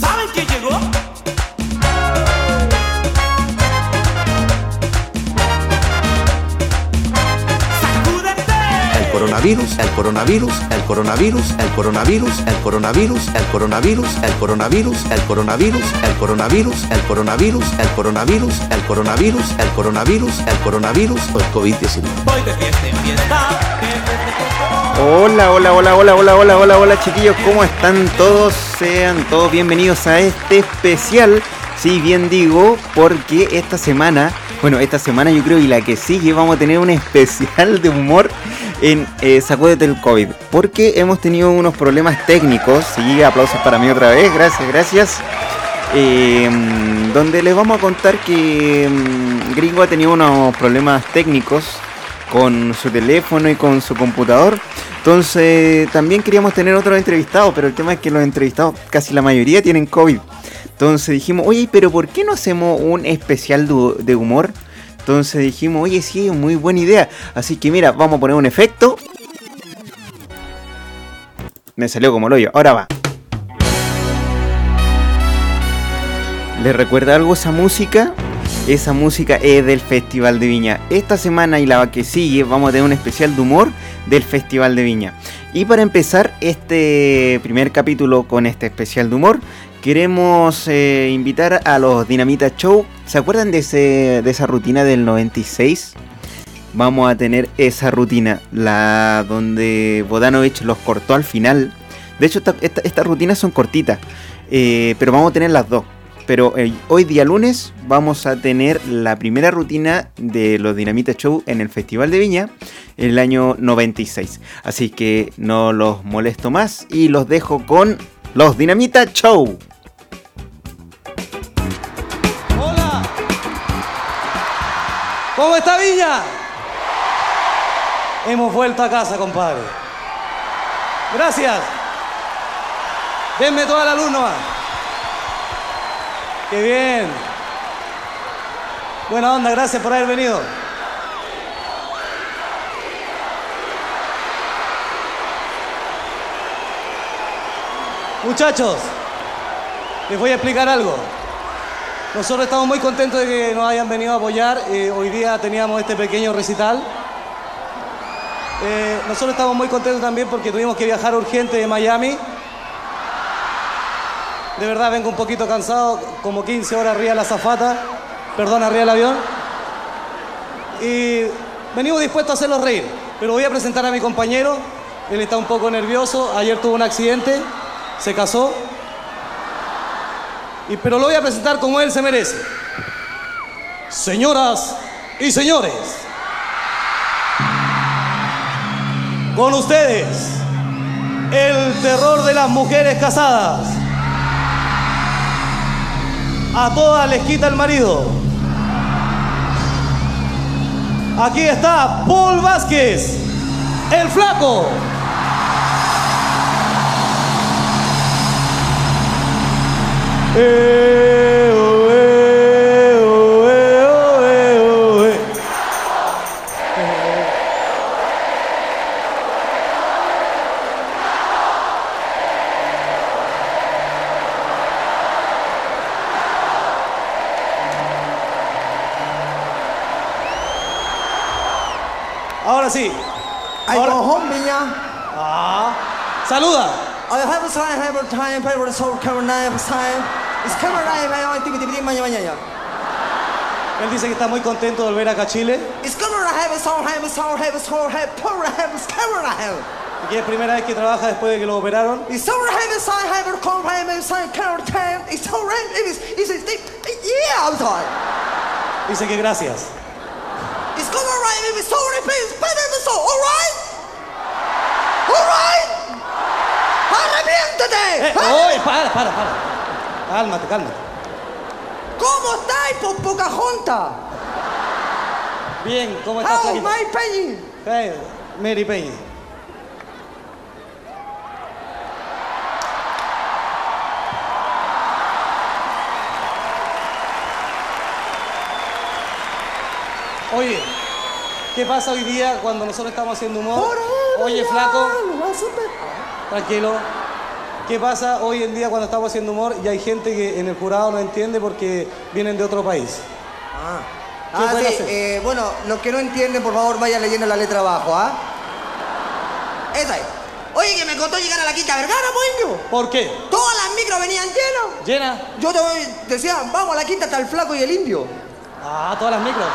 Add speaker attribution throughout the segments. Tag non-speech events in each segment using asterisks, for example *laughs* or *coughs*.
Speaker 1: ¿Saben qué llegó? ¡Sacúdete!
Speaker 2: El coronavirus, el coronavirus, el coronavirus, el coronavirus, el coronavirus, el coronavirus, el coronavirus, el coronavirus, el coronavirus, el coronavirus, el coronavirus, el coronavirus, el coronavirus, el coronavirus, el COVID-19.
Speaker 1: Voy de fiesta en fiesta. de fiesta en fiesta.
Speaker 3: Hola, hola, hola, hola, hola, hola, hola, hola, chiquillos, ¿cómo están todos? Sean todos bienvenidos a este especial, si bien digo, porque esta semana, bueno, esta semana yo creo y la que sigue vamos a tener un especial de humor en eh, Sacúdete el COVID, porque hemos tenido unos problemas técnicos, sí, aplausos para mí otra vez, gracias, gracias. Eh, mm, donde les vamos a contar que mm, Gringo ha tenido unos problemas técnicos con su teléfono y con su computador. Entonces, también queríamos tener otros entrevistados, pero el tema es que los entrevistados, casi la mayoría, tienen COVID. Entonces dijimos, oye, pero ¿por qué no hacemos un especial du- de humor? Entonces dijimos, oye, sí, es muy buena idea. Así que mira, vamos a poner un efecto. Me salió como el hoyo. Ahora va. ¿Les recuerda algo esa música? Esa música es del Festival de Viña. Esta semana y la que sigue vamos a tener un especial de humor del Festival de Viña. Y para empezar este primer capítulo con este especial de humor, queremos eh, invitar a los Dinamita Show. ¿Se acuerdan de, ese- de esa rutina del 96? Vamos a tener esa rutina, la donde Bodanovich los cortó al final. De hecho, esta- esta- estas rutinas son cortitas, eh, pero vamos a tener las dos. Pero eh, hoy día lunes vamos a tener la primera rutina de los Dinamita Show en el Festival de Viña en el año 96. Así que no los molesto más y los dejo con los Dinamita Show.
Speaker 4: Hola. ¿Cómo está Villa? Hemos vuelto a casa, compadre. Gracias. Denme toda la luz nomás. Qué bien. Buena onda, gracias por haber venido. Muchachos, les voy a explicar algo. Nosotros estamos muy contentos de que nos hayan venido a apoyar. Eh, hoy día teníamos este pequeño recital. Eh, nosotros estamos muy contentos también porque tuvimos que viajar urgente de Miami. De verdad vengo un poquito cansado, como 15 horas arriba de la zafata, perdón, arriba del avión. Y venimos dispuestos a hacerlos reír, pero voy a presentar a mi compañero. Él está un poco nervioso, ayer tuvo un accidente, se casó, y- pero lo voy a presentar como él se merece. Señoras y señores, con ustedes, el terror de las mujeres casadas. A todas les quita el marido. Aquí está Paul Vázquez, el flaco. Eh, oh, eh, oh, eh, oh, eh, oh, eh. Ahora sí.
Speaker 5: I
Speaker 4: Ahora-
Speaker 5: go home, Minya.
Speaker 4: Ah. Saluda.
Speaker 5: I have time, have time, favorite soul, camera nine, time. It's camera nine, I think it's the money, money.
Speaker 4: Él dice que está muy contento de volver acá a Chile
Speaker 5: It's camera have soul, have soul, have soul, have power, have camera have.
Speaker 4: y que es primera vez que trabaja después de que lo operaron.
Speaker 5: It's soul, have soul, have come, have soul, camera time. It's soul, have it's it's it's yeah, I'm sorry.
Speaker 4: Dice que gracias.
Speaker 5: It's camera have it's soul, have it's better than soul. All right, all right.
Speaker 4: Eh,
Speaker 5: Arrepiéntete.
Speaker 4: ¡Oye! Eh, Para, para, para. Cálmate, cálmate.
Speaker 5: ¿Cómo estáis, po- Pocahontas?
Speaker 4: Bien, ¿cómo estás,
Speaker 5: How is
Speaker 4: Flaquito?
Speaker 5: Oh, my Peñi?
Speaker 4: Hey, Mary Peña. Oye, ¿qué pasa hoy día cuando nosotros estamos haciendo humor? Oye, flaco, tranquilo. ¿Qué pasa hoy en día cuando estamos haciendo humor y hay gente que en el jurado no entiende porque vienen de otro país? ¿Qué
Speaker 5: Ah,
Speaker 4: pueden
Speaker 5: sí,
Speaker 4: hacer?
Speaker 5: eh, bueno, los que no entienden, por favor, vayan leyendo la letra abajo, ¿ah? Esa es. Oye, que me costó llegar a la Quinta Vergara, moño.
Speaker 4: ¿Por qué?
Speaker 5: Todas las micros venían llenas.
Speaker 4: ¿Llena?
Speaker 5: Yo te- decía, vamos a la Quinta hasta el flaco y el indio.
Speaker 4: Ah, todas las micros.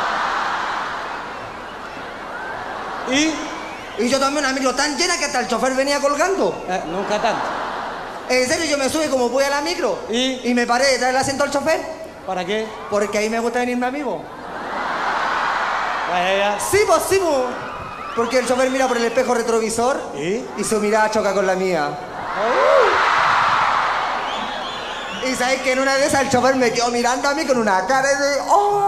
Speaker 4: Y
Speaker 5: Y yo tomé una micro tan llena que hasta el chofer venía colgando.
Speaker 4: eh, nunca tanto.
Speaker 5: En serio, yo me subí como pude a la micro.
Speaker 4: ¿Y?
Speaker 5: me paré detrás del asiento al chofer.
Speaker 4: ¿Para qué?
Speaker 5: Porque ahí me gusta venirme amigo.
Speaker 4: Vaya,
Speaker 5: Sí, pues, sí, pues. Porque el chofer mira por el espejo retrovisor
Speaker 4: ¿Y?
Speaker 5: y su mirada choca con la mía. Y sabes que en una de esas el chofer me quedó mirando a mí con una cara de. ¡Oh!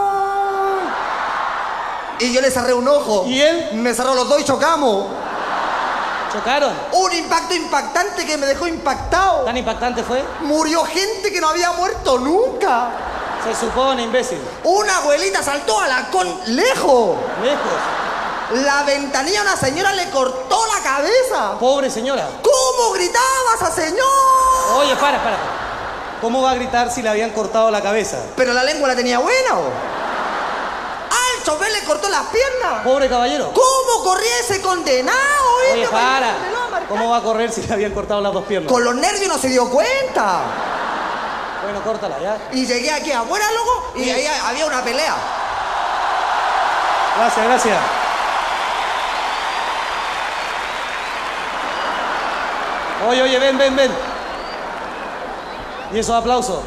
Speaker 5: Y yo le cerré un ojo.
Speaker 4: ¿Y él?
Speaker 5: Me cerró los dos y chocamos.
Speaker 4: ya. ¿Chocaron?
Speaker 5: Un impacto impactante que me dejó impactado.
Speaker 4: ¿Tan impactante fue?
Speaker 5: Murió gente que no había muerto nunca.
Speaker 4: Se supone, imbécil.
Speaker 5: Una abuelita saltó a la con lejos.
Speaker 4: Lejos.
Speaker 5: La ventanilla a una señora le cortó la cabeza.
Speaker 4: Pobre señora.
Speaker 5: ¿Cómo gritaba esa señora?
Speaker 4: Oye, para, para. ¿Cómo va a gritar si le habían cortado la cabeza?
Speaker 5: Pero la lengua la tenía buena. ¿o? Al chofer le cortó las piernas.
Speaker 4: Pobre caballero.
Speaker 5: ¿Cómo corría ese condenado?
Speaker 4: Oye,
Speaker 5: ¿viste?
Speaker 4: para.
Speaker 5: Cuando lo marcaron.
Speaker 4: ¿Cómo va a correr si le habían cortado las dos piernas?
Speaker 5: Con los nervios no se dio cuenta.
Speaker 4: Bueno, córtala ya.
Speaker 5: Y llegué aquí afuera, loco, y
Speaker 4: Sí.
Speaker 5: ahí había una pelea.
Speaker 4: Gracias, gracias. Oye, oye, ven, ven, ven. Y esos aplausos.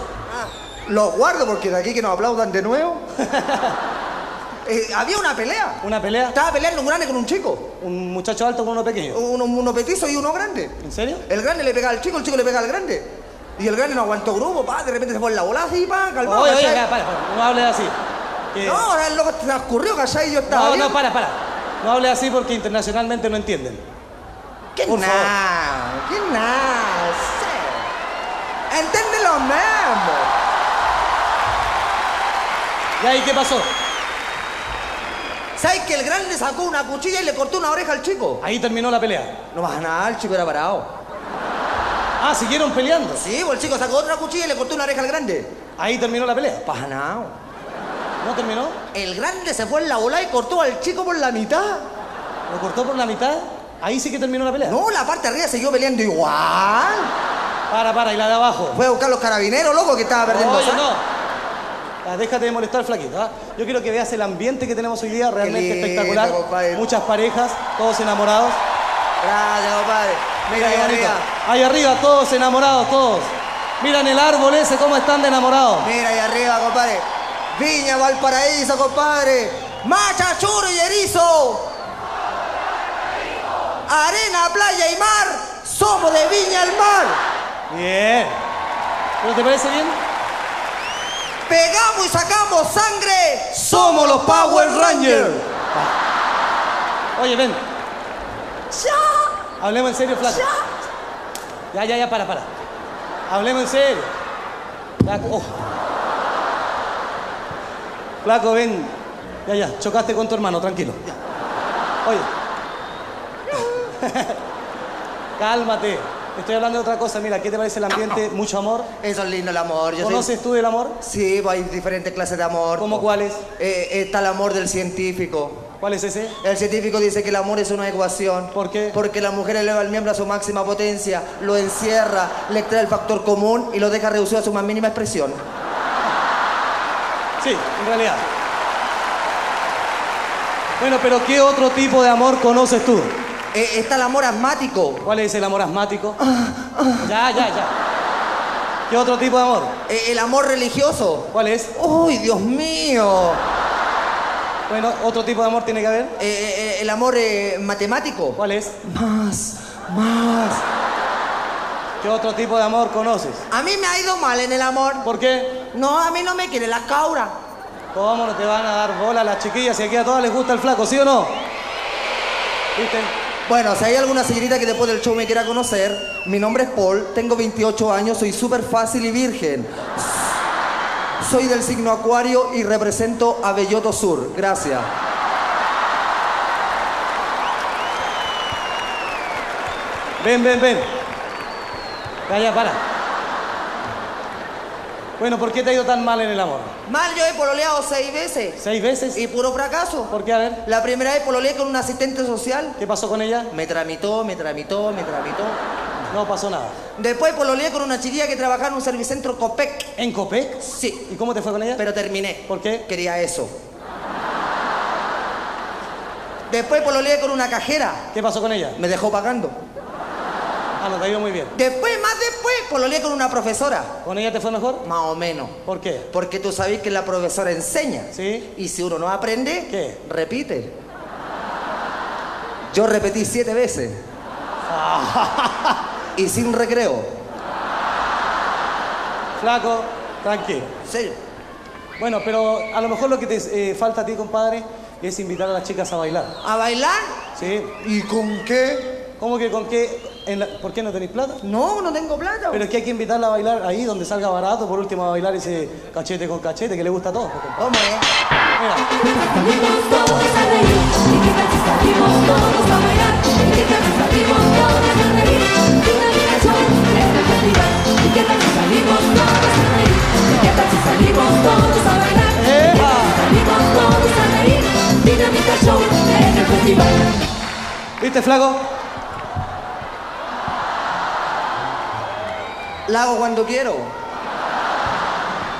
Speaker 5: Los guardo porque de aquí que nos aplaudan de nuevo.
Speaker 4: *laughs*
Speaker 5: Eh, había una pelea.
Speaker 4: ¿Una pelea?
Speaker 5: Estaba peleando un grande con un chico.
Speaker 4: ¿Un muchacho alto con uno pequeño?
Speaker 5: Uno, uno petizo y uno grande.
Speaker 4: ¿En serio?
Speaker 5: El grande le pega al chico, el chico le pega al grande. Y el grande no aguantó grupo, pa, de repente se fue en la bola así, pa, calmado.
Speaker 4: Oye, oye,
Speaker 5: ¿cachai?
Speaker 4: para, para, para, no hables así. Que-
Speaker 5: No, ahora el loco se ocurrió, ¿cachai? Y yo estaba
Speaker 4: no,
Speaker 5: bien.
Speaker 4: no, para, para. No hables así porque internacionalmente no entienden.
Speaker 5: ¿Qué
Speaker 4: por
Speaker 5: nada? ¿Qué nada? Sí. Entiende lo mismo.
Speaker 4: ¿Y ahí qué pasó?
Speaker 5: ¿Sabes que el grande sacó una cuchilla y le cortó una oreja al chico?
Speaker 4: Ahí terminó la pelea.
Speaker 5: No pasa nada, el chico era parado.
Speaker 4: Ah, siguieron peleando.
Speaker 5: Sí, pues el chico sacó otra cuchilla y le cortó una oreja al grande.
Speaker 4: Ahí terminó la pelea.
Speaker 5: No pasa nada.
Speaker 4: ¿No terminó?
Speaker 5: El grande se fue en la bola y cortó al chico por la mitad.
Speaker 4: ¿Lo cortó por la mitad? Ahí sí que terminó la pelea.
Speaker 5: No, la parte de arriba siguió peleando igual.
Speaker 4: Para, para, y la de abajo.
Speaker 5: Fue a buscar los carabineros, loco, que estaba perdiendo
Speaker 4: Oye,
Speaker 5: sangre.
Speaker 4: no. Ah, déjate de molestar, flaquito. ¿ah? Yo quiero que veas el ambiente que tenemos hoy día, realmente
Speaker 5: lindo, eh.
Speaker 4: espectacular.
Speaker 5: compadre.
Speaker 4: Muchas parejas, todos enamorados.
Speaker 5: Gracias, compadre. Mira,
Speaker 4: Mira,
Speaker 5: ahí
Speaker 4: qué bonito.
Speaker 5: arriba.
Speaker 4: Ahí arriba, todos enamorados, todos. Miran el árbol ese, cómo están de enamorados.
Speaker 5: Mira, ahí arriba, compadre. Viña Valparaíso, compadre. Macha, churro y erizo. Arena, playa y mar. Somos de Viña al Mar.
Speaker 4: Bien. ¿Pero te parece bien?
Speaker 5: Pegamos y sacamos sangre.
Speaker 4: Somos los Power
Speaker 5: Rangers.
Speaker 4: Oye, ven,
Speaker 5: ¡Ya!
Speaker 4: hablemos en serio, flaco.
Speaker 5: ¡Ya!
Speaker 4: Ya, ya, ya, para, para. Hablemos en serio. Flaco, oh. Flaco, ven. Ya, ya, chocaste con tu hermano, tranquilo. Oye. *laughs* Cálmate. Estoy hablando de otra cosa. Mira, ¿qué te parece el ambiente?
Speaker 5: *coughs*
Speaker 4: Mucho amor.
Speaker 5: Eso es lindo el amor. Yo soy...
Speaker 4: ¿Conoces tú del amor?
Speaker 5: Sí, pues hay diferentes clases de amor.
Speaker 4: ¿Cómo
Speaker 5: pues.
Speaker 4: cuáles?
Speaker 5: Eh, está el amor del científico.
Speaker 4: ¿Cuál es ese?
Speaker 5: El científico dice que el amor es una ecuación.
Speaker 4: ¿Por qué?
Speaker 5: Porque la mujer eleva al miembro a su máxima potencia, lo encierra, le extrae el factor común y lo deja reducido a su más mínima expresión.
Speaker 4: Sí, en realidad. Bueno, pero ¿qué otro tipo de amor conoces tú?
Speaker 5: Eh, está el amor asmático.
Speaker 4: ¿Cuál es el amor asmático? Ya, ya, ya. ¿Qué otro tipo de amor?
Speaker 5: eh, el amor religioso.
Speaker 4: ¿Cuál es?
Speaker 5: ¡Uy, Dios mío!
Speaker 4: Bueno, otro tipo de amor tiene que haber.
Speaker 5: Eh, eh, el amor eh, matemático.
Speaker 4: ¿Cuál es?
Speaker 5: Más, más.
Speaker 4: ¿Qué otro tipo de amor conoces?
Speaker 5: A mí me ha ido mal en el amor.
Speaker 4: ¿Por qué?
Speaker 5: No, a mí no me quiere la caura.
Speaker 4: ¿Cómo no te van a dar bola las chiquillas si aquí a todas les gusta el flaco, sí o no? ¿Viste?
Speaker 5: Bueno, si hay alguna señorita que después del show me quiera conocer, mi nombre es Paul, tengo 28 años, soy súper fácil y virgen. Soy del signo Acuario y represento a Belloto Sur. Gracias.
Speaker 4: Ven, ven, ven. Calla, para. Bueno, ¿por qué te ha ido tan mal en el amor?
Speaker 5: Mal, yo he pololeado seis veces.
Speaker 4: ¿Seis veces?
Speaker 5: Y puro fracaso.
Speaker 4: ¿Por qué? A ver,
Speaker 5: La primera vez pololeé con un asistente social.
Speaker 4: ¿qué pasó con ella?
Speaker 5: Me tramitó, me tramitó, me tramitó.
Speaker 4: No pasó nada.
Speaker 5: Después pololeé con una chiquilla que trabajaba en un servicentro Copec.
Speaker 4: ¿En Copec?
Speaker 5: Sí,
Speaker 4: ¿Y cómo te fue con ella?
Speaker 5: pero terminé.
Speaker 4: ¿Por qué?
Speaker 5: Quería eso. Después pololeé con una cajera.
Speaker 4: ¿Qué pasó con ella?
Speaker 5: Me dejó pagando.
Speaker 4: Ah, no, te ha ido muy bien.
Speaker 5: Después, más después, pololeé con una profesora.
Speaker 4: ¿Con ella te fue mejor?
Speaker 5: Más o menos.
Speaker 4: ¿Por qué?
Speaker 5: Porque tú sabes que la profesora enseña.
Speaker 4: ¿Sí?
Speaker 5: Y si uno no aprende,
Speaker 4: ¿Qué?
Speaker 5: repite. Yo repetí siete veces. *laughs* y sin recreo.
Speaker 4: Flaco, tranquilo.
Speaker 5: Sí.
Speaker 4: Bueno, pero a lo mejor lo que te eh, falta a ti, compadre, es invitar a las chicas a bailar.
Speaker 5: ¿A bailar?
Speaker 4: ¿Sí?
Speaker 5: ¿Y con qué?
Speaker 4: ¿Cómo que con qué? en la- ¿Por qué no tenéis plata?
Speaker 5: No, no tengo plata.
Speaker 4: Pero es que hay que invitarla a bailar ahí donde salga barato, por último a bailar ese cachete con cachete que le gusta a todos. pues, compadre.
Speaker 5: ¿Cómo es?
Speaker 4: Mira. ¿Viste, flaco?
Speaker 5: La hago cuando quiero.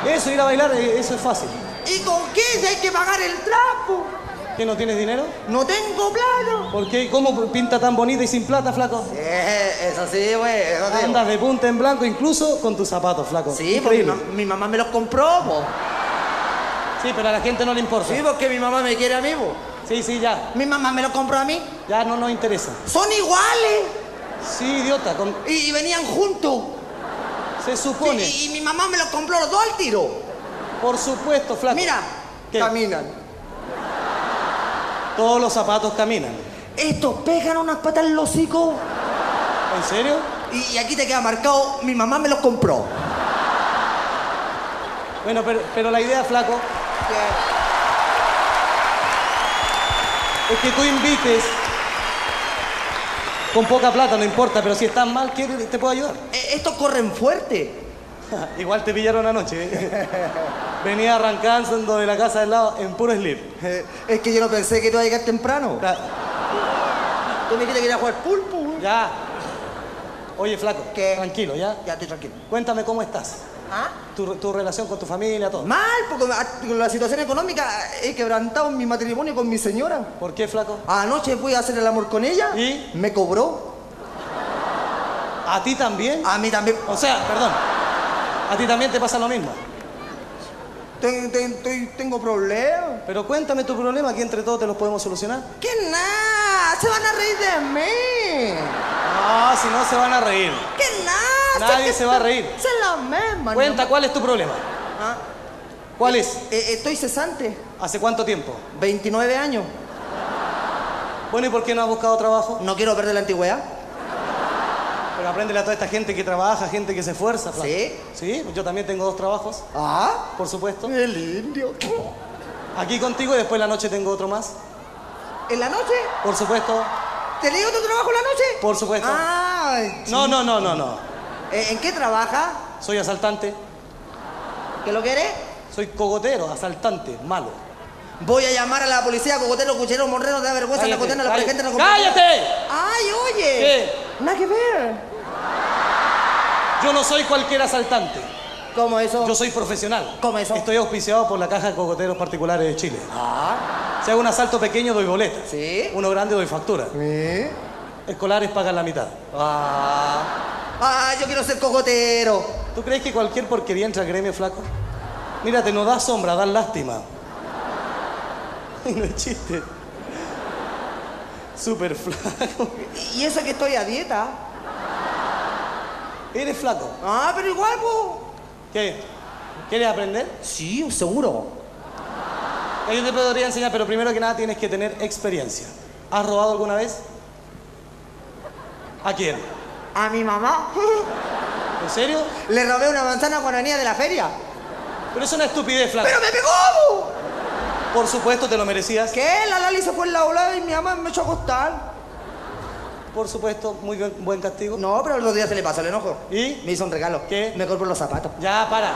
Speaker 4: Eso, ir a bailar, eh, eso es fácil.
Speaker 5: ¿Y con qué? Si hay que pagar el trapo.
Speaker 4: ¿Qué, no tienes dinero?
Speaker 5: No tengo plata.
Speaker 4: ¿Por qué? ¿Cómo pinta tan bonita y sin plata, flaco?
Speaker 5: Eh, eso sí, güey. Eso sí.
Speaker 4: Andas de punta en blanco incluso con tus zapatos, flaco.
Speaker 5: Sí, porque
Speaker 4: Increíble.
Speaker 5: mi mam- mi mamá me los compró, po.
Speaker 4: Sí, pero a la gente no le importa.
Speaker 5: Sí, porque mi mamá me quiere a mí, po.
Speaker 4: Sí, sí, ya.
Speaker 5: Mi mamá me los compró a mí.
Speaker 4: Ya no nos interesa.
Speaker 5: Son iguales.
Speaker 4: Sí, idiota. con-
Speaker 5: Y, y venían juntos.
Speaker 4: Se
Speaker 5: Sí,
Speaker 4: supone.
Speaker 5: y, y mi mamá me los compró los dos al tiro.
Speaker 4: Por supuesto, flaco.
Speaker 5: Mira,
Speaker 4: ¿Qué?
Speaker 5: caminan.
Speaker 4: Todos los zapatos caminan.
Speaker 5: Estos pegan unas patas en el hocico.
Speaker 4: ¿En serio?
Speaker 5: Y, y aquí te queda marcado, mi mamá me los compró.
Speaker 4: Bueno, pero, pero la idea, flaco, es que tú invites con poca plata, no importa, pero si estás mal, ¿qué te puedo ayudar? *laughs*
Speaker 5: Eh, estos corren fuerte.
Speaker 4: Igual te pillaron anoche. ¿eh? *laughs* Venía arrancando de la casa del lado en puro slip.
Speaker 5: Eh, es que yo no pensé que tú ibas a llegar temprano.
Speaker 4: Ya,
Speaker 5: Tú me dijiste que ir a jugar pulpo, ¿eh? güey.
Speaker 4: ya. Oye, flaco,
Speaker 5: ¿Qué?
Speaker 4: tranquilo, ¿ya?
Speaker 5: Ya estoy tranquilo.
Speaker 4: Cuéntame cómo estás.
Speaker 5: ¿Ah?
Speaker 4: Tu, tu relación con tu familia, todo.
Speaker 5: Mal, porque con la- con la situación económica he quebrantado mi matrimonio con mi señora.
Speaker 4: ¿Por qué, flaco?
Speaker 5: Anoche fui a hacer el amor con ella.
Speaker 4: ¿Y?
Speaker 5: Me cobró. Ah.
Speaker 4: ¿A ti también?
Speaker 5: A mí también.
Speaker 4: O sea, perdón. A ti también te pasa lo mismo.
Speaker 5: Ten- ten- ten- tengo problemas.
Speaker 4: Pero cuéntame tu problema, que entre todos te los podemos solucionar.
Speaker 5: ¿Qué nada? Se van a reír de mí.
Speaker 4: No, si no se van a reír.
Speaker 5: ¿Qué nada?
Speaker 4: Nadie
Speaker 5: que
Speaker 4: se va a reír.
Speaker 5: Se la misma.
Speaker 4: Cuenta, ¿cuál es tu problema?
Speaker 5: Ah,
Speaker 4: ¿Cuál es?
Speaker 5: eh, estoy cesante.
Speaker 4: ¿Hace cuánto tiempo?
Speaker 5: 29 años.
Speaker 4: Bueno, ¿y por qué no has buscado trabajo?
Speaker 5: No quiero perder la antigüedad.
Speaker 4: Pero apréndele a toda esta gente que trabaja, gente que se esfuerza. flaco.
Speaker 5: ¿Sí?
Speaker 4: Sí, yo también tengo dos trabajos,
Speaker 5: Ah,
Speaker 4: por supuesto.
Speaker 5: el indio.
Speaker 4: Aquí contigo y después la noche tengo otro más.
Speaker 5: ¿En la noche?
Speaker 4: Por supuesto.
Speaker 5: ¿Tenía otro trabajo en la noche?
Speaker 4: Por supuesto.
Speaker 5: Ah, Ay,
Speaker 4: No, no, no, no, no.
Speaker 5: eh, ¿En qué trabaja?
Speaker 4: Soy asaltante.
Speaker 5: ¿Que lo quiere?
Speaker 4: Soy cogotero, asaltante, malo.
Speaker 5: Voy a llamar a la policía, cogotero, cuchero, morrero, da vergüenza, la
Speaker 4: Cállate,
Speaker 5: cotena, la
Speaker 4: cállate.
Speaker 5: gente no
Speaker 4: ¡Cállate!
Speaker 5: ¡Ay, oye!
Speaker 4: ¿Qué?
Speaker 5: Nada que ver.
Speaker 4: Yo no soy cualquier asaltante.
Speaker 5: ¿Cómo eso?
Speaker 4: Yo soy profesional.
Speaker 5: ¿Cómo eso?
Speaker 4: Estoy auspiciado por la Caja de Cogoteros Particulares de Chile.
Speaker 5: Ah,
Speaker 4: Si hago un asalto pequeño, doy boleta.
Speaker 5: ¿Sí?
Speaker 4: Uno grande, doy factura.
Speaker 5: ¿eh?
Speaker 4: Escolares pagan la mitad.
Speaker 5: Ah. Ah, yo quiero ser cogotero.
Speaker 4: ¿Tú crees que cualquier porquería entra al gremio, flaco? Mírate, no da sombra, da lástima. *laughs* Ay, no es chiste. Súper flaco.
Speaker 5: Y eso que estoy a dieta.
Speaker 4: ¿Eres flaco?
Speaker 5: Ah, pero igual, po.
Speaker 4: ¿Qué? ¿Quieres aprender?
Speaker 5: Sí, seguro.
Speaker 4: Ya, Yo te podría enseñar, pero primero que nada tienes que tener experiencia. ¿Has robado alguna vez? ¿A quién?
Speaker 5: A mi mamá *laughs*
Speaker 4: ¿En serio?
Speaker 5: le robé una manzana con anía de la feria.
Speaker 4: Pero es una estupidez, flaco.
Speaker 5: ¡Pero me pegó! bu.
Speaker 4: Por supuesto te lo merecías.
Speaker 5: ¿Qué? La Lali se fue en la volada y mi mamá me echó a acostar.
Speaker 4: Por supuesto, muy buen, buen castigo.
Speaker 5: No, pero los días se le pasó el enojo.
Speaker 4: ¿Y?
Speaker 5: Me hizo un regalo.
Speaker 4: ¿Qué?
Speaker 5: Me compró los zapatos.
Speaker 4: Ya, para.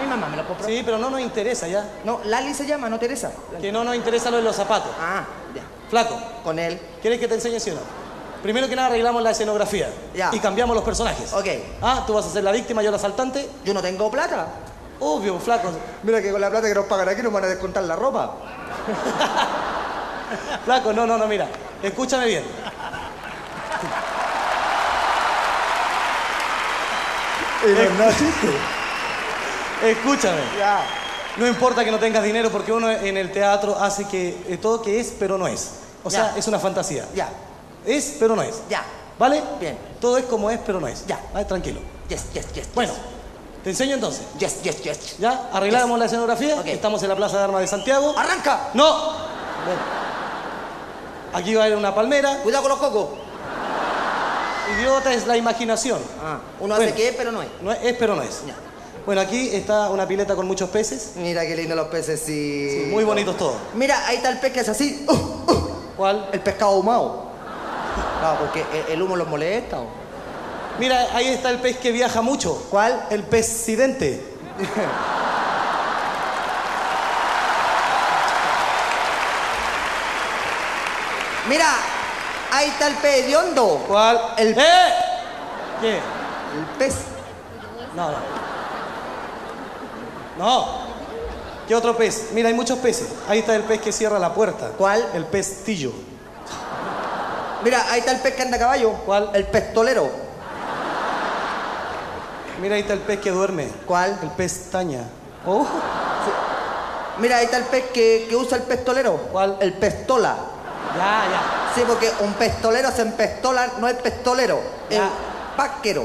Speaker 5: Mi mamá me los compró.
Speaker 4: Sí, pero no nos interesa ya.
Speaker 5: No, Lali se llama, no Teresa.
Speaker 4: Que no nos interesa lo de los zapatos.
Speaker 5: Ah, ya.
Speaker 4: Flaco,
Speaker 5: Con él.
Speaker 4: ¿quieres que te enseñe sí o no? Primero que nada arreglamos la escenografía.
Speaker 5: Ya.
Speaker 4: Y cambiamos los personajes.
Speaker 5: Ok.
Speaker 4: Ah, tú vas a ser la víctima, yo el asaltante.
Speaker 5: Yo no tengo plata.
Speaker 4: Obvio, flaco.
Speaker 5: Mira que con la plata que nos pagan aquí nos van a descontar la ropa.
Speaker 4: *laughs* Flaco, no, no, no, mira. Escúchame bien. Escúchame.
Speaker 5: Ya.
Speaker 4: No importa que no tengas dinero porque uno en el teatro hace que eh, todo que es, pero no es. O sea,
Speaker 5: Ya.
Speaker 4: es una fantasía.
Speaker 5: Ya.
Speaker 4: Es, pero no es.
Speaker 5: Ya.
Speaker 4: ¿Vale?
Speaker 5: Bien.
Speaker 4: Todo es como es, pero no es.
Speaker 5: Ya.
Speaker 4: Vale, tranquilo.
Speaker 5: Yes, yes, yes.
Speaker 4: Bueno, te enseño entonces.
Speaker 5: Yes, yes, yes.
Speaker 4: ¿Ya? Arreglamos la escenografía.
Speaker 5: Ok.
Speaker 4: Estamos en la Plaza de Armas de Santiago.
Speaker 5: ¡Arranca!
Speaker 4: ¡No! Aquí va a haber una palmera.
Speaker 5: Cuidado con los cocos.
Speaker 4: Idiota es la imaginación.
Speaker 5: Ah, uno
Speaker 4: Bueno.
Speaker 5: hace que es, pero no es.
Speaker 4: No es, es, pero no es.
Speaker 5: Ya.
Speaker 4: Bueno, aquí está una pileta con muchos peces.
Speaker 5: Mira qué lindo los peces
Speaker 4: Sí, muy bonitos todos.
Speaker 5: Mira, ahí está el pez que es así. ¡Uh, uh!
Speaker 4: ¿Cuál?
Speaker 5: El pescado ahumado. No, porque e- el humo los molesta. oh. ¿o?
Speaker 4: Mira, ahí está el pez que viaja mucho.
Speaker 5: ¿Cuál?
Speaker 4: El presidente.
Speaker 5: Mira, ahí está el pez hediondo.
Speaker 4: ¿Cuál?
Speaker 5: El-
Speaker 4: ¡Eh! ¿Qué?
Speaker 5: El pez.
Speaker 4: No, no. No. ¿Qué otro pez? Mira, hay muchos peces. Ahí está el pez que cierra la puerta.
Speaker 5: ¿Cuál?
Speaker 4: El pestillo.
Speaker 5: Mira, ahí está el pez que anda a caballo.
Speaker 4: ¿Cuál?
Speaker 5: El pestolero.
Speaker 4: Mira, ahí está el pez que duerme.
Speaker 5: ¿Cuál?
Speaker 4: El pestaña. Oh.
Speaker 5: Mira, ahí está el pez que, que usa el pestolero.
Speaker 4: ¿Cuál?
Speaker 5: El pestola.
Speaker 4: Ya,
Speaker 5: Sí, porque un pestolero se empestola, no es pestolero, es
Speaker 4: Ya.
Speaker 5: páquero.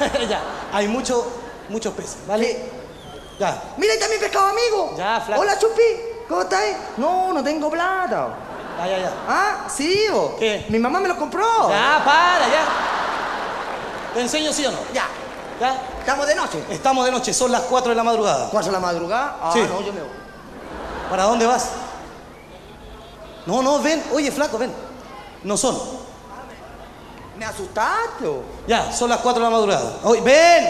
Speaker 4: ya. *laughs* ya. Hay muchos, muchos peces, ¿vale? Ya.
Speaker 5: Mira, ahí está mi pescado amigo.
Speaker 4: Ya, flaco.
Speaker 5: Hola, Chupi. ¿Cómo estás? eh? No, no tengo plata.
Speaker 4: Ya, ya, ya.
Speaker 5: Ah, sí, vos.
Speaker 4: ¿Qué?
Speaker 5: Mi mamá me lo compró.
Speaker 4: Ya, para, ya. ¿Te enseño sí o no?
Speaker 5: Ya.
Speaker 4: Ya.
Speaker 5: Estamos de noche.
Speaker 4: Estamos de noche, son las 4 de la madrugada.
Speaker 5: ¿Cuatro de la madrugada? Ah,
Speaker 4: Sí.
Speaker 5: no, yo me voy.
Speaker 4: ¿Para dónde vas? No, no, ven. Oye, flaco, ven. No son.
Speaker 5: Me asustaste. vos.
Speaker 4: Ya, son las 4 de la madrugada. Oye, ven.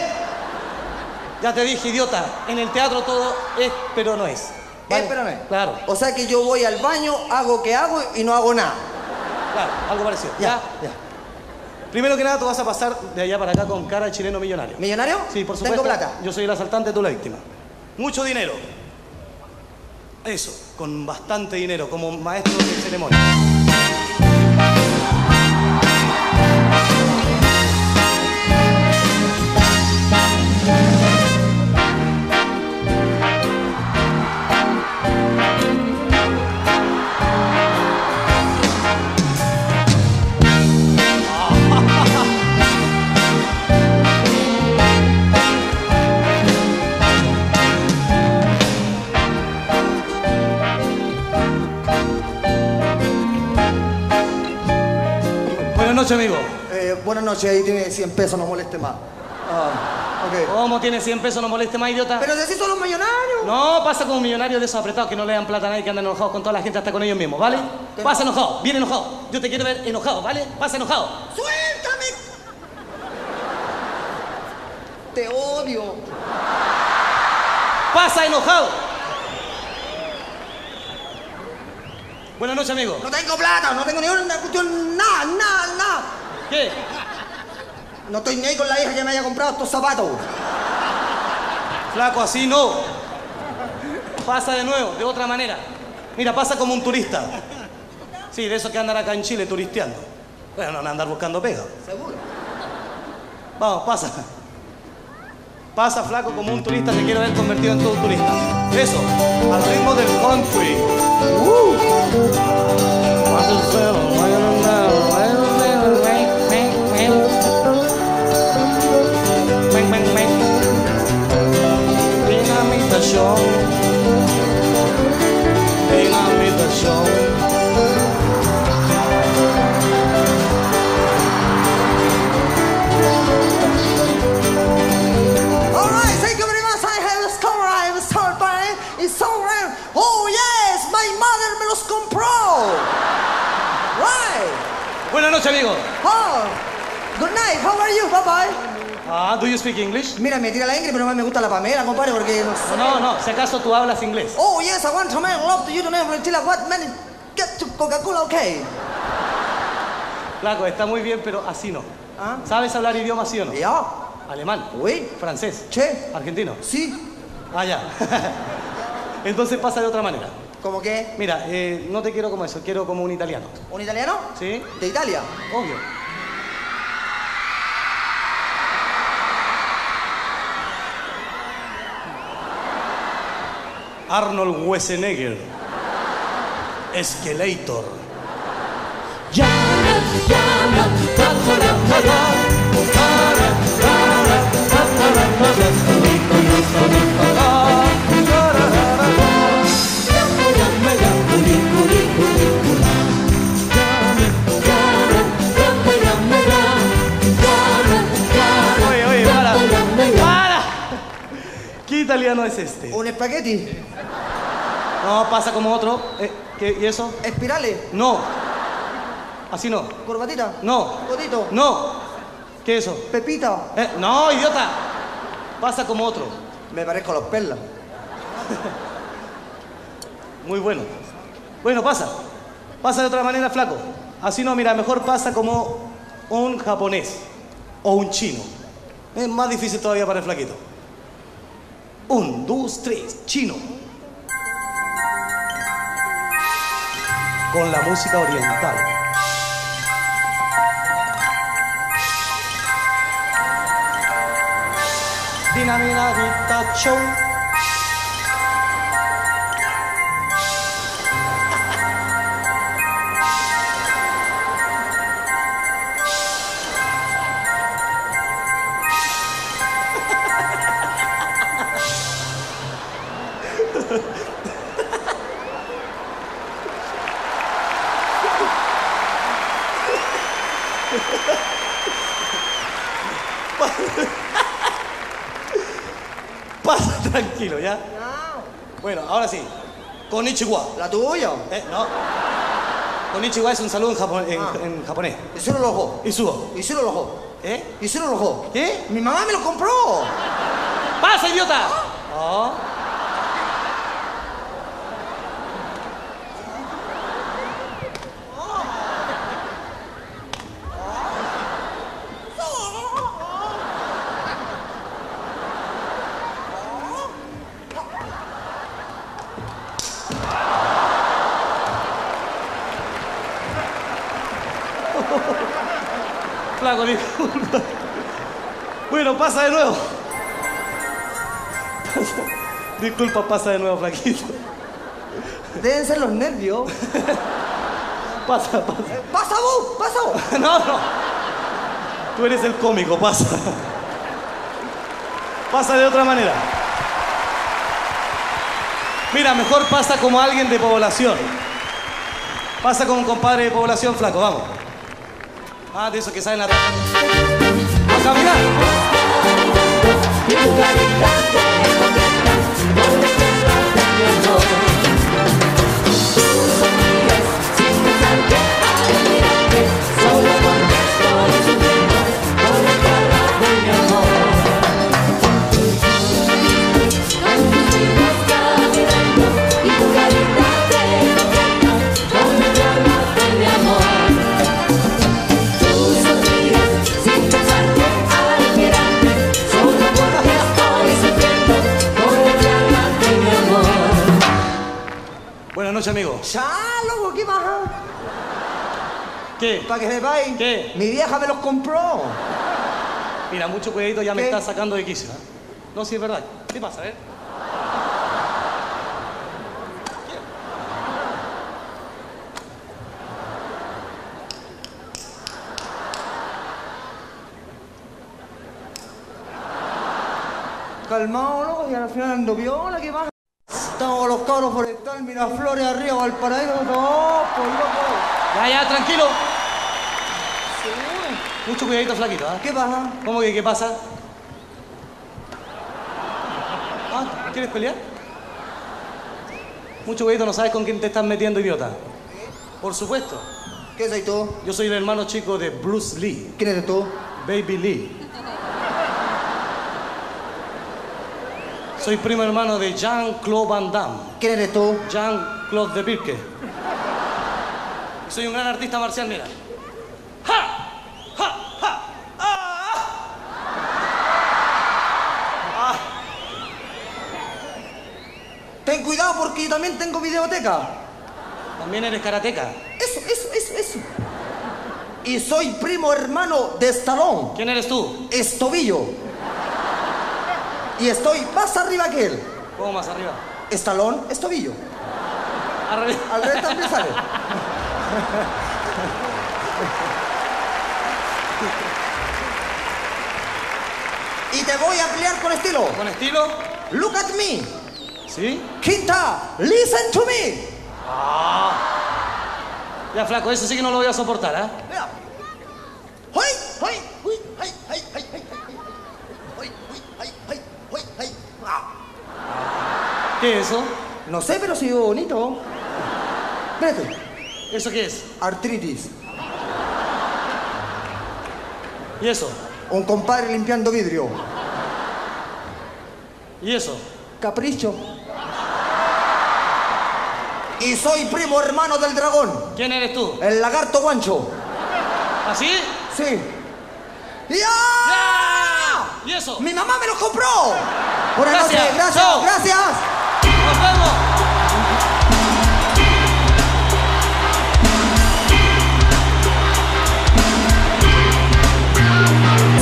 Speaker 4: Ya te dije, idiota. En el teatro todo es, pero no es. ¿Vale?
Speaker 5: Espérame.
Speaker 4: Claro,
Speaker 5: O sea que yo voy al baño, hago que hago y no hago nada.
Speaker 4: claro, algo parecido.
Speaker 5: Ya,
Speaker 4: Ya.
Speaker 5: ya.
Speaker 4: Primero que nada, tú vas a pasar de allá para acá con cara de chileno millonario.
Speaker 5: ¿Millonario?
Speaker 4: Sí, por
Speaker 5: Tengo
Speaker 4: supuesto.
Speaker 5: plata.
Speaker 4: Yo soy el asaltante, tú la víctima. Mucho dinero. Eso, con bastante dinero, como maestro de ceremonia. Buenas noches, amigo.
Speaker 5: Eh, buenas noches, ahí tiene 100 pesos, no moleste más. Ah, ok.
Speaker 4: ¿Cómo tiene 100 pesos? No moleste más, idiota.
Speaker 5: Pero si así son los millonarios.
Speaker 4: No, pasa con millonarios de esos apretados que no le dan plata a nadie, que andan enojados con toda la gente, hasta con ellos mismos, ¿vale? Pasa enojado, bien enojado. Yo te quiero ver enojado, ¿vale? Pasa enojado.
Speaker 5: ¡Suéltame! Te odio.
Speaker 4: Pasa enojado. Buenas noches, amigo.
Speaker 5: No tengo plata, no tengo ni una cuestión, nada, nada, nada.
Speaker 4: ¿Qué?
Speaker 5: No estoy ni ahí con la hija que me haya comprado estos zapatos.
Speaker 4: Flaco, así no. Pasa de nuevo, de otra manera. Mira, pasa como un turista. Sí, de esos que andan acá en Chile turisteando. Bueno, no van a andar buscando pega.
Speaker 5: Seguro.
Speaker 4: Vamos, pasa. Pasa, flaco, como un turista. Te quiero ver convertido en todo un turista. Eso, al ritmo del country. Uh. Dinamita show.
Speaker 5: Oh,
Speaker 4: Buenas noches, amigo.
Speaker 5: Oh, good night. How are you, bye
Speaker 4: Ah, do you speak English?
Speaker 5: Mira, me tira la Ingrid, pero más me gusta la Pamela, compadre, porque no sé.
Speaker 4: No, no, no. Si acaso tú hablas inglés.
Speaker 5: Oh, yes, I want to make love to you tonight until I what man get to Coca-Cola, okay?
Speaker 4: Flaco, está muy bien, pero así no.
Speaker 5: Ah.
Speaker 4: ¿Sabes hablar idiomas, sí o no?
Speaker 5: Ya.
Speaker 4: Alemán.
Speaker 5: Uy.
Speaker 4: Francés.
Speaker 5: Che.
Speaker 4: Argentino.
Speaker 5: Sí.
Speaker 4: Ah, ya. *laughs* Entonces pasa de otra manera.
Speaker 5: ¿Cómo qué?
Speaker 4: Mira, eh, no te quiero como eso, quiero como un italiano.
Speaker 5: ¿Un italiano?
Speaker 4: ¿Sí?
Speaker 5: De Italia.
Speaker 4: Obvio. Arnold Schwarzenegger. Esquelator. Oye, oye, para. ¡Para! ¿Qué italiano es este?
Speaker 5: ¿Un espagueti?
Speaker 4: No, pasa como otro. Eh, ¿qué- ¿Y eso?
Speaker 5: ¿Espirales?
Speaker 4: No. Así no.
Speaker 5: ¿Corbatita?
Speaker 4: No.
Speaker 5: ¿Gotito?
Speaker 4: No. ¿Qué es eso?
Speaker 5: ¿Pepita?
Speaker 4: Eh, no, idiota. Pasa como otro.
Speaker 5: Me parezco a los perlas.
Speaker 4: Muy bueno. Bueno, pasa. Pasa de otra manera, flaco. Así no, mira, mejor pasa como un japonés o un chino. Es más difícil todavía para el flaquito. Un, dos, tres, chino. Con la música oriental. Dinamita show. Pasa *laughs* tranquilo, ¿ya? Bueno, ahora sí. Con
Speaker 5: ¿La tuya?
Speaker 4: Eh, no. Konnichiwa es un saludo en, japo- en-
Speaker 5: Ah.
Speaker 4: en japonés.
Speaker 5: Hicieron los ojos.
Speaker 4: Isugo.
Speaker 5: Hicieron los ojos.
Speaker 4: ¿Eh?
Speaker 5: Hicieron los ojos.
Speaker 4: ¿Qué?
Speaker 5: Mi mamá me los compró.
Speaker 4: ¡Pasa, idiota! Oh. Flaco, disculpa. Bueno, pasa de nuevo. Disculpa, pasa de nuevo, flaquito.
Speaker 5: Deben ser los
Speaker 4: *laughs*
Speaker 5: nervios.
Speaker 4: Pasa, pasa.
Speaker 5: ¡Pasa vos! ¡Pasa vos!
Speaker 4: No, no. Tú eres el cómico, pasa. Pasa de otra manera. Mira, mejor pasa como alguien de población. Pasa como un compadre de población flaco, vamos. Ah, de eso que saben la... ¡A caminar! Buenas noches, amigo.
Speaker 5: ¡Ya, loco! ¿Qué pasa?
Speaker 4: ¿Qué?
Speaker 5: Para que sepáis,
Speaker 4: ¿Qué?
Speaker 5: mi vieja me los compró.
Speaker 4: Mira, mucho cuidadito ya me
Speaker 5: ¿Qué?
Speaker 4: está sacando de quicio. ¿eh? No, sí, es verdad. ¿Qué pasa? A ver.
Speaker 5: Calmado, loco, y al final ando piola, ¿qué pasa? Estamos los cabros forestal, Miraflores, arriba, Valparaíso, pues todo, por loco.
Speaker 4: Ya, ya, tranquilo. Mucho cuidadito, flaquito. ¿ah?
Speaker 5: ¿Qué pasa?
Speaker 4: ¿Cómo que qué pasa? Ah, ¿quieres pelear? Mucho cuidadito, no sabes con quién te estás metiendo, idiota. Por supuesto.
Speaker 5: ¿Qué soy tú?
Speaker 4: Yo soy el hermano chico de Bruce Lee,
Speaker 5: ¿Quién eres tú?
Speaker 4: Baby Lee. Soy primo hermano de Jean-Claude Van Damme,
Speaker 5: ¿Quién eres tú?
Speaker 4: Jean-Claude de Pirque. Soy un gran artista marcial, mira. ¡Ja! ¡Ja! ¡Ja! ¡Ah! ¡Ah!
Speaker 5: Ten cuidado porque yo también tengo videoteca.
Speaker 4: También eres karateca.
Speaker 5: Eso, eso, eso, eso. Y soy primo hermano de Stallone.
Speaker 4: ¿Quién eres tú?
Speaker 5: Estobillo. Y estoy más arriba que él.
Speaker 4: ¿Cómo más arriba?
Speaker 5: Estalón, estobillo.
Speaker 4: Al revés. *laughs*
Speaker 5: Al revés también sale. y te voy a pelear con estilo.
Speaker 4: ¿Con estilo?
Speaker 5: Look at me.
Speaker 4: ¿Sí?
Speaker 5: Quinta, listen to me.
Speaker 4: Ya, flaco, eso sí que no lo voy a soportar, ¿ah?
Speaker 5: Mira. ¡Hoy! ¡Hoy! ¡Uy! ¡Ay! ¡Ay! ¡Ay! ¡Ay! ¡Ay! ¡Ay! ¡Ay! ¡Ay! ¡Ay! ¡Ay! ¡Ah!
Speaker 4: ¿Qué es eso?
Speaker 5: No sé, pero soy bonito. Espérate.
Speaker 4: ¿Eso qué es?
Speaker 5: Artritis.
Speaker 4: ¿Y eso?
Speaker 5: Un compadre limpiando vidrio.
Speaker 4: ¿Y eso?
Speaker 5: Capricho. Y soy primo hermano del dragón,
Speaker 4: ¿Quién eres tú?
Speaker 5: el lagarto guancho.
Speaker 4: ¿Así?
Speaker 5: Sí. ¡Ya!
Speaker 4: ¿Y eso?
Speaker 5: ¡Mi mamá me lo compró! Buenas
Speaker 4: Gracias.
Speaker 5: noches, gracias,
Speaker 4: Chao.
Speaker 5: gracias.
Speaker 4: ¡Nos vemos!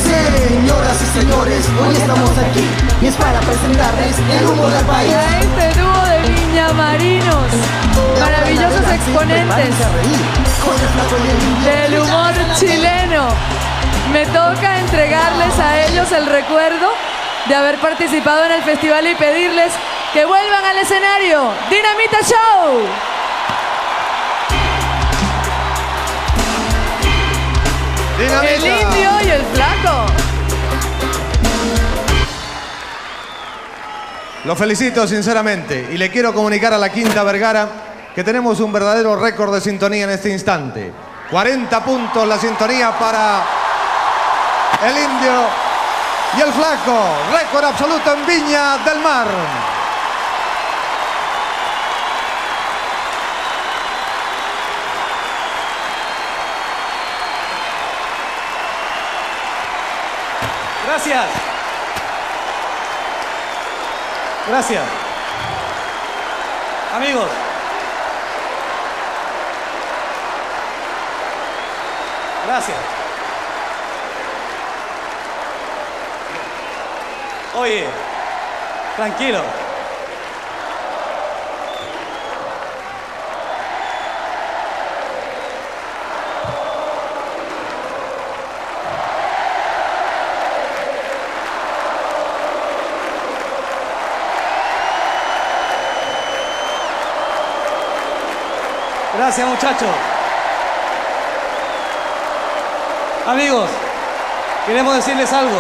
Speaker 6: Señoras y señores, hoy estamos aquí y es para presentarles el humor del país.
Speaker 7: A este dúo de Viña Marinos, maravillosos exponentes del humor chileno. Me toca entregarles a ellos el recuerdo de haber participado en el festival y pedirles que vuelvan al escenario. Dinamita Show. El indio y el flaco.
Speaker 8: Lo felicito sinceramente y le quiero comunicar a la Quinta Vergara que tenemos un verdadero récord de sintonía en este instante. 40 puntos la sintonía para el indio y el flaco. Récord absoluto en Viña del Mar.
Speaker 4: Gracias. Gracias. Amigos. Gracias. Oye, tranquilo. Gracias, muchachos. Amigos, queremos decirles algo.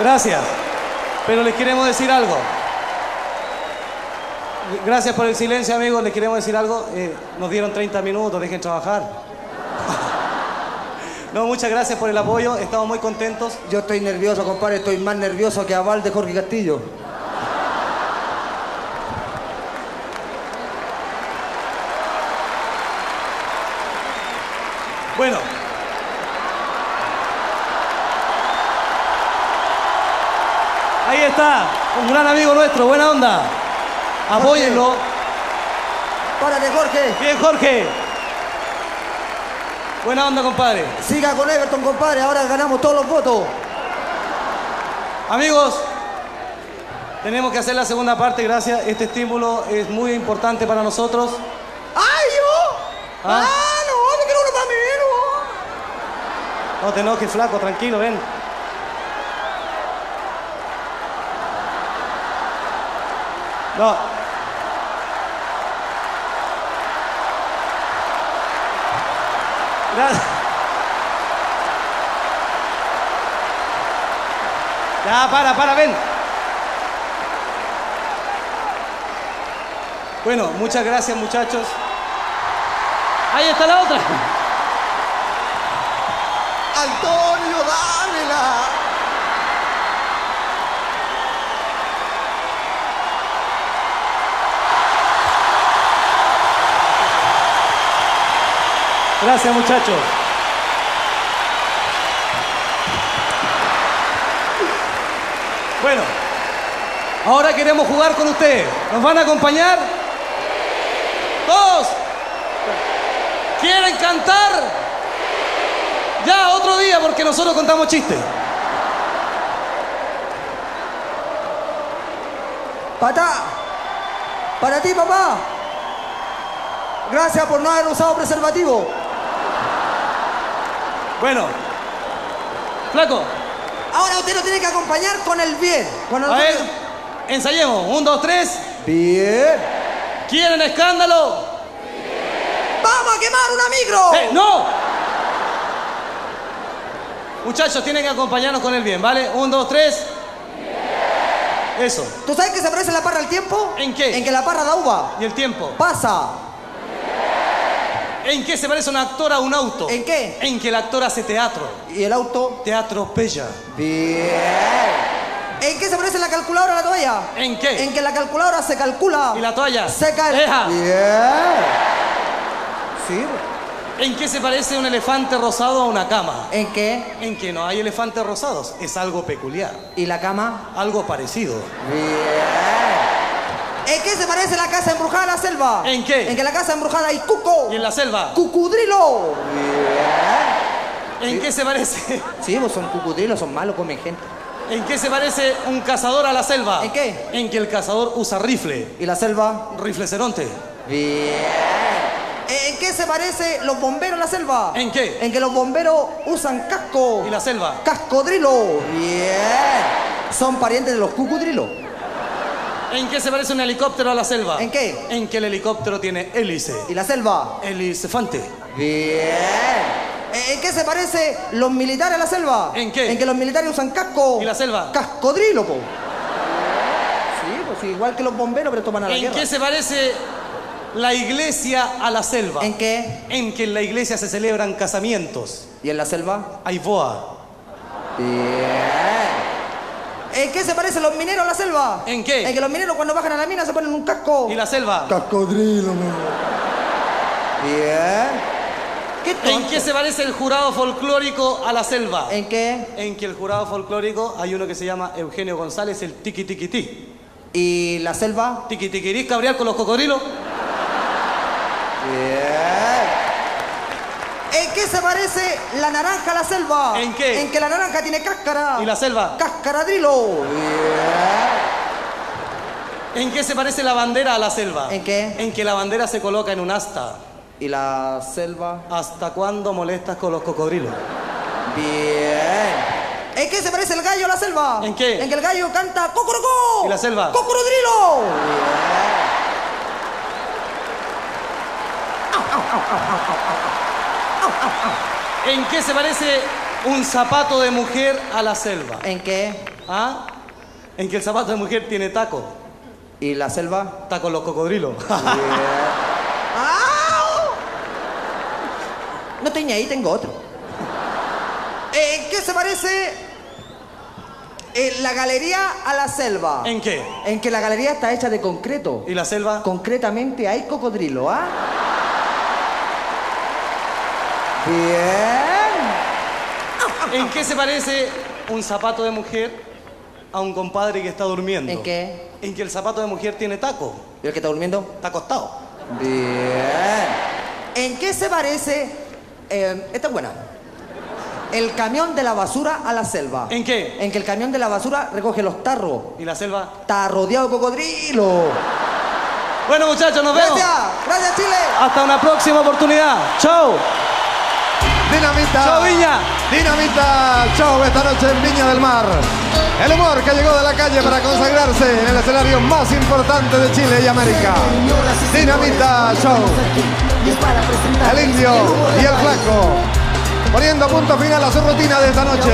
Speaker 4: Gracias. Pero les queremos decir algo. Gracias por el silencio, amigos. Les queremos decir algo. Eh, nos dieron 30 minutos, dejen trabajar. *laughs* No, muchas gracias por el apoyo. Estamos muy contentos.
Speaker 5: Yo estoy nervioso, compadre, estoy más nervioso que Aval de Jorge Castillo.
Speaker 4: Bueno. Ahí está, un gran amigo nuestro, buena onda. Apóyenlo.
Speaker 5: ¡Párate, Jorge!
Speaker 4: Bien, Jorge. Buena onda, compadre.
Speaker 5: Siga con Everton, compadre, ahora ganamos todos los votos.
Speaker 4: Amigos, tenemos que hacer la segunda parte, gracias. Este estímulo es muy importante para nosotros.
Speaker 5: ¡Ay, yo!
Speaker 4: ¿Ah?
Speaker 5: ¡Ah, no! ¡Me quiero uno para mí,
Speaker 4: No te enojes, flaco, tranquilo, ven. No. Gracias. Ya, para, para, ven. Bueno, muchas gracias muchachos. Ahí está la otra.
Speaker 6: Antonio, dámela.
Speaker 4: Gracias, muchachos. Bueno, ahora queremos jugar con ustedes. ¿Nos van a acompañar? ¿Todos? ¿Quieren cantar? Ya, otro día, porque nosotros contamos chistes.
Speaker 5: Patá, para ti, papá. Gracias por no haber usado preservativo.
Speaker 4: Bueno, flaco,
Speaker 5: Ahora usted lo tiene que acompañar con el bien. Con el
Speaker 4: a ver, ensayemos. Un, dos, tres.
Speaker 5: Bien.
Speaker 4: ¿Quieren escándalo?
Speaker 5: ¡Vamos a quemar una micro!
Speaker 4: ¡Eh, ¡No! Muchachos, tienen que acompañarnos con el bien, ¿vale? Un, dos, tres. Eso.
Speaker 5: ¿Tú sabes que se parece la parra al tiempo?
Speaker 4: ¿En qué?
Speaker 5: En que la parra da uva.
Speaker 4: ¿Y el tiempo?
Speaker 5: Pasa.
Speaker 4: ¿En qué se parece un actor a un auto?
Speaker 5: ¿En qué?
Speaker 4: En que el actor hace teatro.
Speaker 5: Y el auto.
Speaker 4: Te atropella.
Speaker 5: Bien. ¿En qué se parece la calculadora a la toalla?
Speaker 4: ¿En qué?
Speaker 5: En que la calculadora se calcula.
Speaker 4: Eh. ¿Y la toalla?
Speaker 5: Seca el.
Speaker 4: Eja.
Speaker 5: Bien. Sí.
Speaker 4: ¿En qué se parece un elefante rosado a una cama?
Speaker 5: ¿En qué?
Speaker 4: En que no hay elefantes rosados. Es algo peculiar.
Speaker 5: ¿Y la cama?
Speaker 4: Algo parecido.
Speaker 5: Bien. ¿En qué se parece la casa embrujada a la selva?
Speaker 4: ¿En qué?
Speaker 5: En que la casa embrujada hay cuco.
Speaker 4: ¿Y en la selva?
Speaker 5: ¡Cucudrilo! Bien.
Speaker 4: ¿En qué se parece?
Speaker 5: Sí, vos son cucudrilos, son malos, comen gente.
Speaker 4: ¿En qué se parece un cazador a la selva?
Speaker 5: ¿En qué?
Speaker 4: En que el cazador usa rifle.
Speaker 5: ¿Y la selva?
Speaker 4: Rifleceronte.
Speaker 5: Bien. ¿En qué se parece los bomberos a la selva?
Speaker 4: ¿En qué?
Speaker 5: En que los bomberos usan casco.
Speaker 4: ¿Y la selva?
Speaker 5: Cascodrilo. Bien. Son parientes de los cucudrilos.
Speaker 4: ¿En qué se parece un helicóptero a la selva?
Speaker 5: ¿En qué?
Speaker 4: En que el helicóptero tiene hélice.
Speaker 5: ¿Y la selva?
Speaker 4: Helicefante.
Speaker 5: Bien. Eh, ¿En qué se parece los militares a la selva?
Speaker 4: ¿En qué?
Speaker 5: En que los militares usan casco.
Speaker 4: ¿Y la selva?
Speaker 5: Cascodrilo, po. Sí, pues igual que los bomberos, pero toman a la
Speaker 4: ¿En
Speaker 5: guerra.
Speaker 4: qué se parece la iglesia a la selva?
Speaker 5: ¿En qué?
Speaker 4: En que en la iglesia se celebran casamientos.
Speaker 5: ¿Y en la selva?
Speaker 4: Hay boa.
Speaker 5: Bien. ¿En qué se parecen los mineros a la selva?
Speaker 4: ¿En qué?
Speaker 5: En que los mineros cuando bajan a la mina se ponen un casco.
Speaker 4: ¿Y la
Speaker 5: Oh.
Speaker 4: selva?
Speaker 5: Cascodrilo, mi amor. Bien. ¿Qué
Speaker 4: ¿En
Speaker 5: tonto.
Speaker 4: qué se parece el jurado folclórico a la selva?
Speaker 5: ¿En qué?
Speaker 4: En que el jurado folclórico hay uno que se llama Eugenio González, el tiki tiki ti.
Speaker 5: ¿Y la selva?
Speaker 4: Tiki tiquirí, cabrear con los cocodrilos.
Speaker 5: Bien. ¿En qué se parece la naranja a la selva?
Speaker 4: ¿En qué?
Speaker 5: En que la naranja tiene cáscara.
Speaker 4: ¿Y la selva?
Speaker 5: Ah. Cascaradrilo. Bien.
Speaker 4: ¿En qué se parece la bandera a la selva?
Speaker 5: ¿En qué?
Speaker 4: En que la bandera se coloca en un asta.
Speaker 5: ¿Y la selva?
Speaker 4: ¿Hasta cuándo molestas con los cocodrilos?
Speaker 5: Bien. ¿En qué se parece el gallo a la selva?
Speaker 4: ¿En qué?
Speaker 5: En que el gallo canta cocorocó.
Speaker 4: ¿Y la selva?
Speaker 5: Cocorodrilo. Bien.
Speaker 4: ¿En qué se parece un zapato de mujer a la selva?
Speaker 5: ¿En qué?
Speaker 4: ¿Ah? En que el zapato de mujer tiene taco.
Speaker 5: ¿Y la selva? Ah.
Speaker 4: Taco los cocodrilos.
Speaker 5: ¡Au! No tenía ahí, tengo otro. ¿En qué se parece eh, la galería a la selva?
Speaker 4: *laughs* ¿En qué?
Speaker 5: En que la galería está hecha de concreto.
Speaker 4: ¿Y la selva?
Speaker 5: Concretamente hay cocodrilo, ¿ah? Bien.
Speaker 4: ¿En qué se parece un zapato de mujer a un compadre que está durmiendo?
Speaker 5: ¿En qué?
Speaker 4: En que el zapato de mujer tiene taco.
Speaker 5: ¿Y el que está durmiendo?
Speaker 4: Está acostado.
Speaker 5: Bien. ¿En qué se parece? eh, esta es buena. El camión de la basura a la selva.
Speaker 4: ¿En qué?
Speaker 5: En que el camión de la basura recoge los tarros.
Speaker 4: ¿Y la selva?
Speaker 5: Está rodeado de cocodrilo.
Speaker 4: Bueno, muchachos, nos vemos.
Speaker 5: Gracias, gracias Chile.
Speaker 4: Hasta una próxima oportunidad. ¡Chao!
Speaker 8: Dinamita.
Speaker 4: ¡Chao, Viña!
Speaker 8: Dinamita. Chao esta noche en Viña del Mar. El humor que llegó de la calle para consagrarse en el escenario más importante de Chile y América. Dinamita Show. El indio y el flaco. Poniendo punto final a su rutina de esta noche.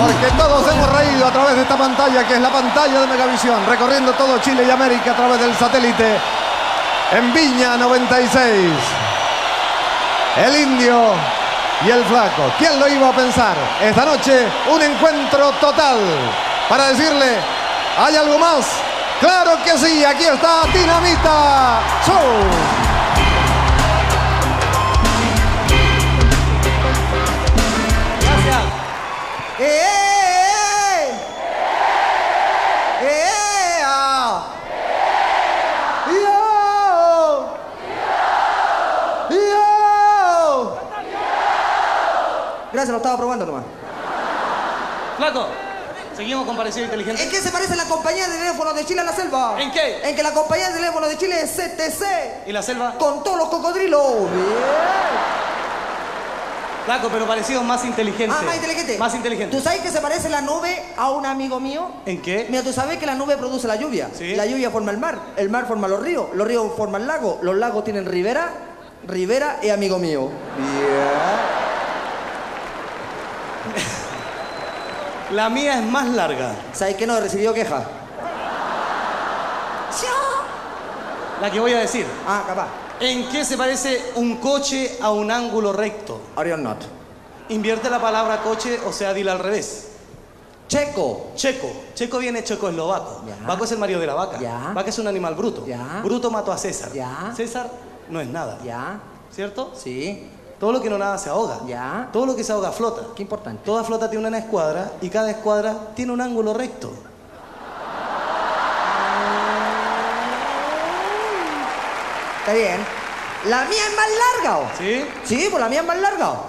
Speaker 8: Porque todos hemos reído a través de esta pantalla, que es la pantalla de Megavisión, recorriendo todo Chile y América a través del satélite en Viña 96. el indio y el flaco. ¿Quién lo iba a pensar? Esta noche un encuentro total para decirle, ¿hay algo más? Claro que sí, aquí está Dinamita Show.
Speaker 6: ¡Eh, eh, eh! ¡Eh, ah! ¡Yo! ¡Yo!
Speaker 5: Gracias, lo estaba probando nomás.
Speaker 4: Flaco, seguimos con parecido inteligente.
Speaker 5: ¿En qué se parece la compañía de teléfonos de Chile a la selva?
Speaker 4: ¿En qué?
Speaker 5: En que la compañía de teléfonos de Chile es CTC.
Speaker 4: ¿Y la selva?
Speaker 5: Con todos los cocodrilos. Bien.
Speaker 4: Flaco, pero parecido más inteligente.
Speaker 5: Ah, más inteligente.
Speaker 4: Más inteligente.
Speaker 5: ¿Tú sabes que se parece la nube a un amigo mío?
Speaker 4: ¿En qué?
Speaker 5: Mira, tú sabes que la nube produce la lluvia.
Speaker 4: Sí.
Speaker 5: La lluvia forma el mar, el mar forma los ríos, los ríos forman lagos, los lagos tienen ribera, ribera y amigo mío.
Speaker 4: La mía es más larga.
Speaker 5: ¿Sabes que no he recibido queja?
Speaker 4: La que voy a decir.
Speaker 5: Ah, capaz.
Speaker 4: ¿En qué se parece un coche a un ángulo recto?
Speaker 5: Are you not?
Speaker 4: Invierte la palabra coche, o sea, dila al revés.
Speaker 5: Checo.
Speaker 4: Checo. Checo viene checoslovaco.
Speaker 5: Ya.
Speaker 4: Vaco es el marido de la vaca.
Speaker 5: Ya.
Speaker 4: Vaca es un animal bruto.
Speaker 5: Ya.
Speaker 4: Bruto mató a César.
Speaker 5: Ya.
Speaker 4: César no es nada.
Speaker 5: Ya,
Speaker 4: ¿Cierto?
Speaker 5: sí,
Speaker 4: Todo lo que no nada se ahoga.
Speaker 5: ya.
Speaker 4: Todo lo que se ahoga flota.
Speaker 5: Qué importante.
Speaker 4: Toda flota tiene una escuadra y cada escuadra tiene un ángulo recto.
Speaker 5: Está bien. La mía es más larga. ¿o?
Speaker 4: ¿Sí?
Speaker 5: Sí, pues la mía es más larga. ¿o?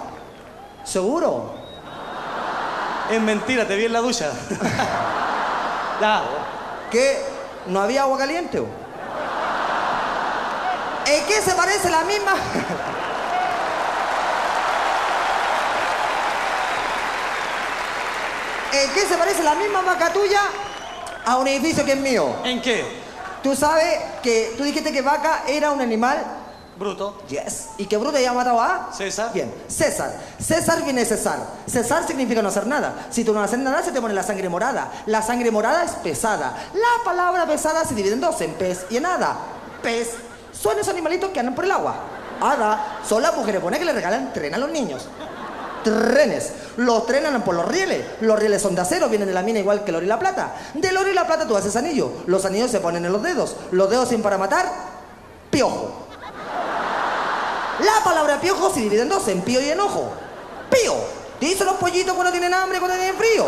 Speaker 5: Seguro.
Speaker 4: Es mentira, te vi en la ducha. *laughs* ya.
Speaker 5: ¿Qué? ¿No había agua caliente? ¿o? ¿En qué se parece la misma? *laughs* ¿En qué se parece la misma vaca tuya a un edificio que es mío?
Speaker 4: ¿En qué?
Speaker 5: Tú sabes que tú dijiste que vaca era un animal.
Speaker 4: Bruto.
Speaker 5: Yes. ¿Y qué bruto ya matado a?
Speaker 4: César.
Speaker 5: Bien. César. César viene César. César significa no hacer nada. Si tú no haces nada, se te pone la sangre morada. La sangre morada es pesada. La palabra pesada se divide en dos, en pez y en hada. Pez son esos animalitos que andan por el agua. Hada son las mujeres buenas que le regalan tren a los niños. Trenes. Los trenes andan por los rieles. Los rieles son de acero, vienen de la mina igual que el oro y la plata. Del oro y la plata tú haces anillo. Los anillos se ponen en los dedos. Los dedos sin para matar, piojo. La palabra piojo se divide en dos, en pío y enojo. Pío, dicen los pollitos cuando tienen hambre, cuando tienen frío.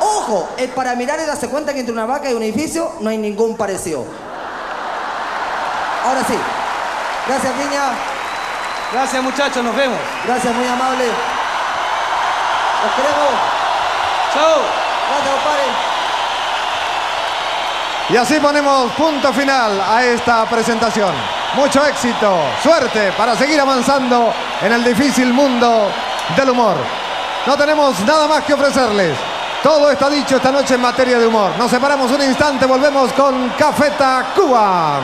Speaker 5: Ojo, es para mirar y darse cuenta que entre una vaca y un edificio no hay ningún parecido. Ahora sí. Gracias, Viña.
Speaker 4: Gracias muchachos, nos vemos.
Speaker 5: Gracias, muy amable. Los queremos.
Speaker 4: Chao.
Speaker 5: Gracias, compadre.
Speaker 8: Y así ponemos punto final a esta presentación. Mucho éxito, suerte para seguir avanzando en el difícil mundo del humor. No tenemos nada más que ofrecerles. Todo está dicho esta noche en materia de humor. Nos separamos un instante, volvemos con Cafeta Cuba.